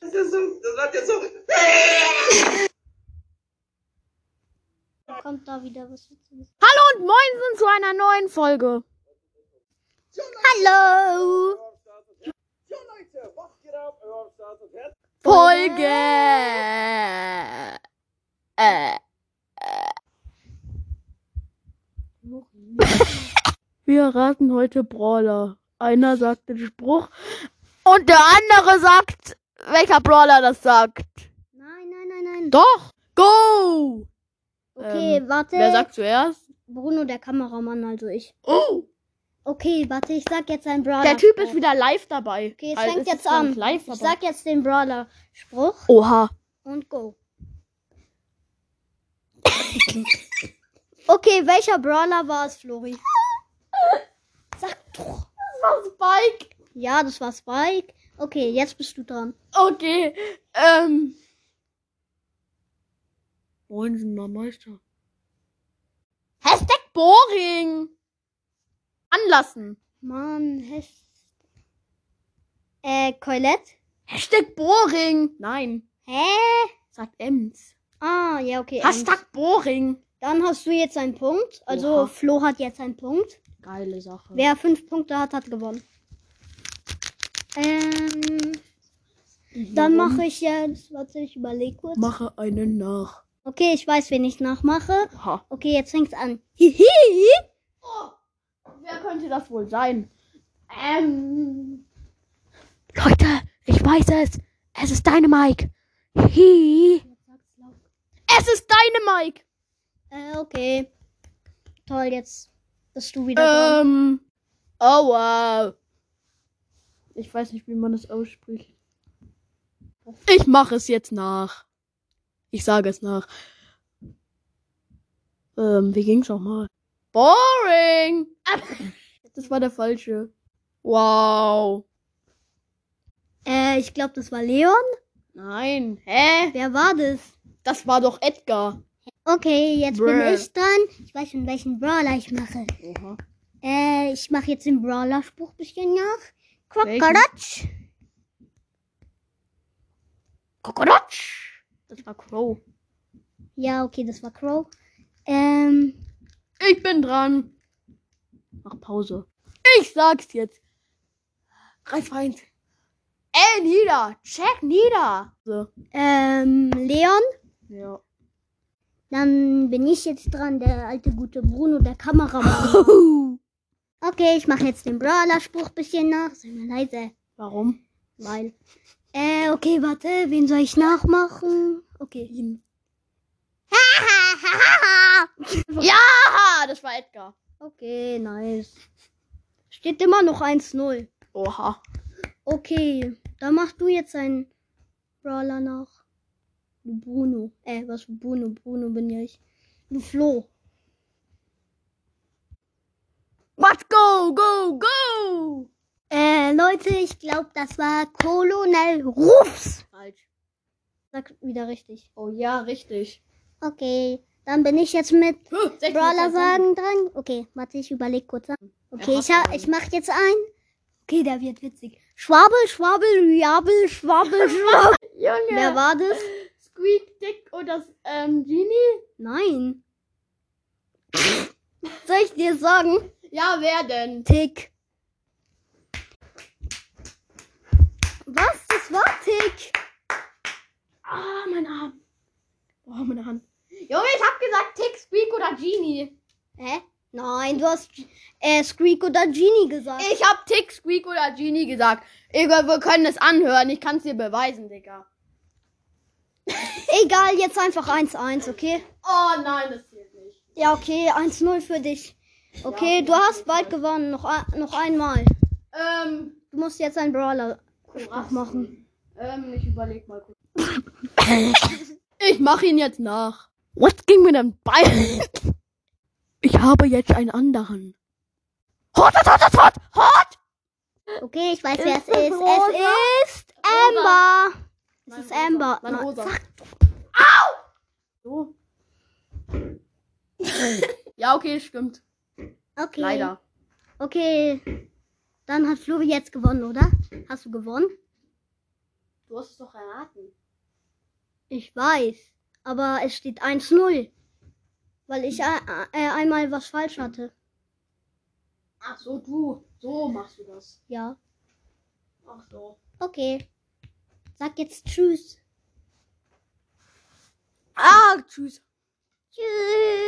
Das ist so, das hat jetzt so. Kommt da wieder was Witziges. Hallo und moin zu einer neuen Folge. Hallo. Jo Leute, was geht ab? Eure am Start und herzlich Folge. Äh, wir raten heute Brawler. Einer sagt den Spruch und der andere sagt, welcher Brawler das sagt. Nein, nein, nein, nein. Doch. Go. Okay, warte. Wer sagt zuerst? Bruno, der Kameramann, also ich. Oh. Okay, warte, ich sag jetzt einen Brawler. Oh. Der Typ ist wieder live dabei. Okay, es Also fängt ist jetzt gar nicht an. Live Ich dabei. sag jetzt den Brawler-Spruch Oha. und go. okay, welcher Brawler war es, Flori? Sag doch. Das war Spike. Ja, das war Spike. Okay, jetzt bist du dran. Okay. Ähm. Wollen Sie mal Meister? Hashtag Boring. Anlassen. Mann, Hesch. Äh, Colette? Hashtag Boring. Nein. Hä? Sagt Ems. Ah, ja, okay. ähm, Hashtag Boring. Dann hast du jetzt einen Punkt. Also Oha. Flo hat jetzt einen Punkt. Geile Sache. Wer fünf Punkte hat, hat gewonnen. Ähm, dann mache ich jetzt, warte, ich überlege kurz. Mhm. Mache einen nach. Okay, ich weiß, wen ich nachmache. Oha. Okay, jetzt fängt's an. Hihi. wer könnte das wohl sein? Ähm. Leute, ich weiß es. Es ist deine Mike. Hihi. Es ist deine Mike. Äh, okay. Toll, jetzt bist du wieder dran. Ähm. Oh wow. Ich weiß nicht, wie man das ausspricht. Ich mache es jetzt nach. Ich sage es nach. Ähm, wie ging's nochmal? Boring! Das war der falsche. Wow. Äh, ich glaube, das war Leon. Nein. Hä? Wer war das? Das war doch Edgar. Okay, jetzt Bruh. bin ich dran. Ich weiß schon, welchen Brawler ich mache. Oha. Äh, ich mache jetzt den Brawler-Spruch ein bisschen nach. Welchen? Krokodotsch. Kokodotsch! Das war Crow. Ja, okay, das war Crow. Ähm, Ich bin dran. Mach Pause. Ich sag's jetzt. Reifeind. Ey, nieder. Check nieder. So. ähm, Leon. Ja. Dann bin ich jetzt dran, der alte gute Bruno, der Kameramann. Okay, ich mache jetzt den Brawler-Spruch ein bisschen nach. Sei mal leise. Warum? Weil. Äh, okay, warte, wen soll ich nachmachen? Okay. Ihn. ja, das war Edgar. Okay, nice. Steht immer noch 1-0. Oha. Okay, dann machst du jetzt einen Brawler nach. Du Bruno. Äh, was für Bruno? Bruno bin ja ich. Du Flo. Let's go, go, go. Äh, Leute, ich glaube, das war Colonel Rufs. Falsch. Sag wieder richtig. Oh ja, richtig. Okay, dann bin ich jetzt mit Huh, 16, Brawler 16. sagen dran. Okay, warte, ich überlege kurz. Okay, Ja, ich, ha hast du ich mach jetzt ein. Okay, der wird witzig. Schwabel, schwabel, jabel, schwabel, schwabel. Junge. Wer war das? Squeak Dick oder ähm, Genie? Nein. Soll ich dir sagen? Ja, wer denn? Tick. Was? Das war Tick. Ah, mein Arm. Oh, meine Hand. Junge, ich hab gesagt Tick, Squeak oder Genie. Hä? Nein, du hast äh, Squeak oder Genie gesagt. Ich hab Tick, Squeak oder Genie gesagt. Egal, wir können es anhören. Ich kann's dir beweisen, Digga. Egal, jetzt einfach 1-1, okay? Oh nein, das zählt nicht. Ja, okay, 1-0 für dich. Okay, Ja, du hast bald gewonnen. Noch, ein- noch einmal. Ähm, Du musst jetzt einen Brawler Korax. machen. Ähm, ich überleg mal kurz. ich mach ihn jetzt nach. Was ging mir denn bei? ich habe jetzt einen anderen. Hot, hot, hot, hot, hot, hot! Okay, ich weiß, wer es Ist das ist. rosa? Es ist Amber. Es ist Amber. Mein Nein, Rosa. Au! So. ja, okay, stimmt. Okay. Leider. Okay. Dann hat Flori jetzt gewonnen, oder? Hast du gewonnen? Du hast es doch erraten. Ich weiß. Aber es steht 1-0. Weil ich äh, äh, einmal was falsch hatte. Ach so, du. So machst du das. Ja. Ach so. Okay. Sag jetzt Tschüss. Ah, tschüss. Tschüss.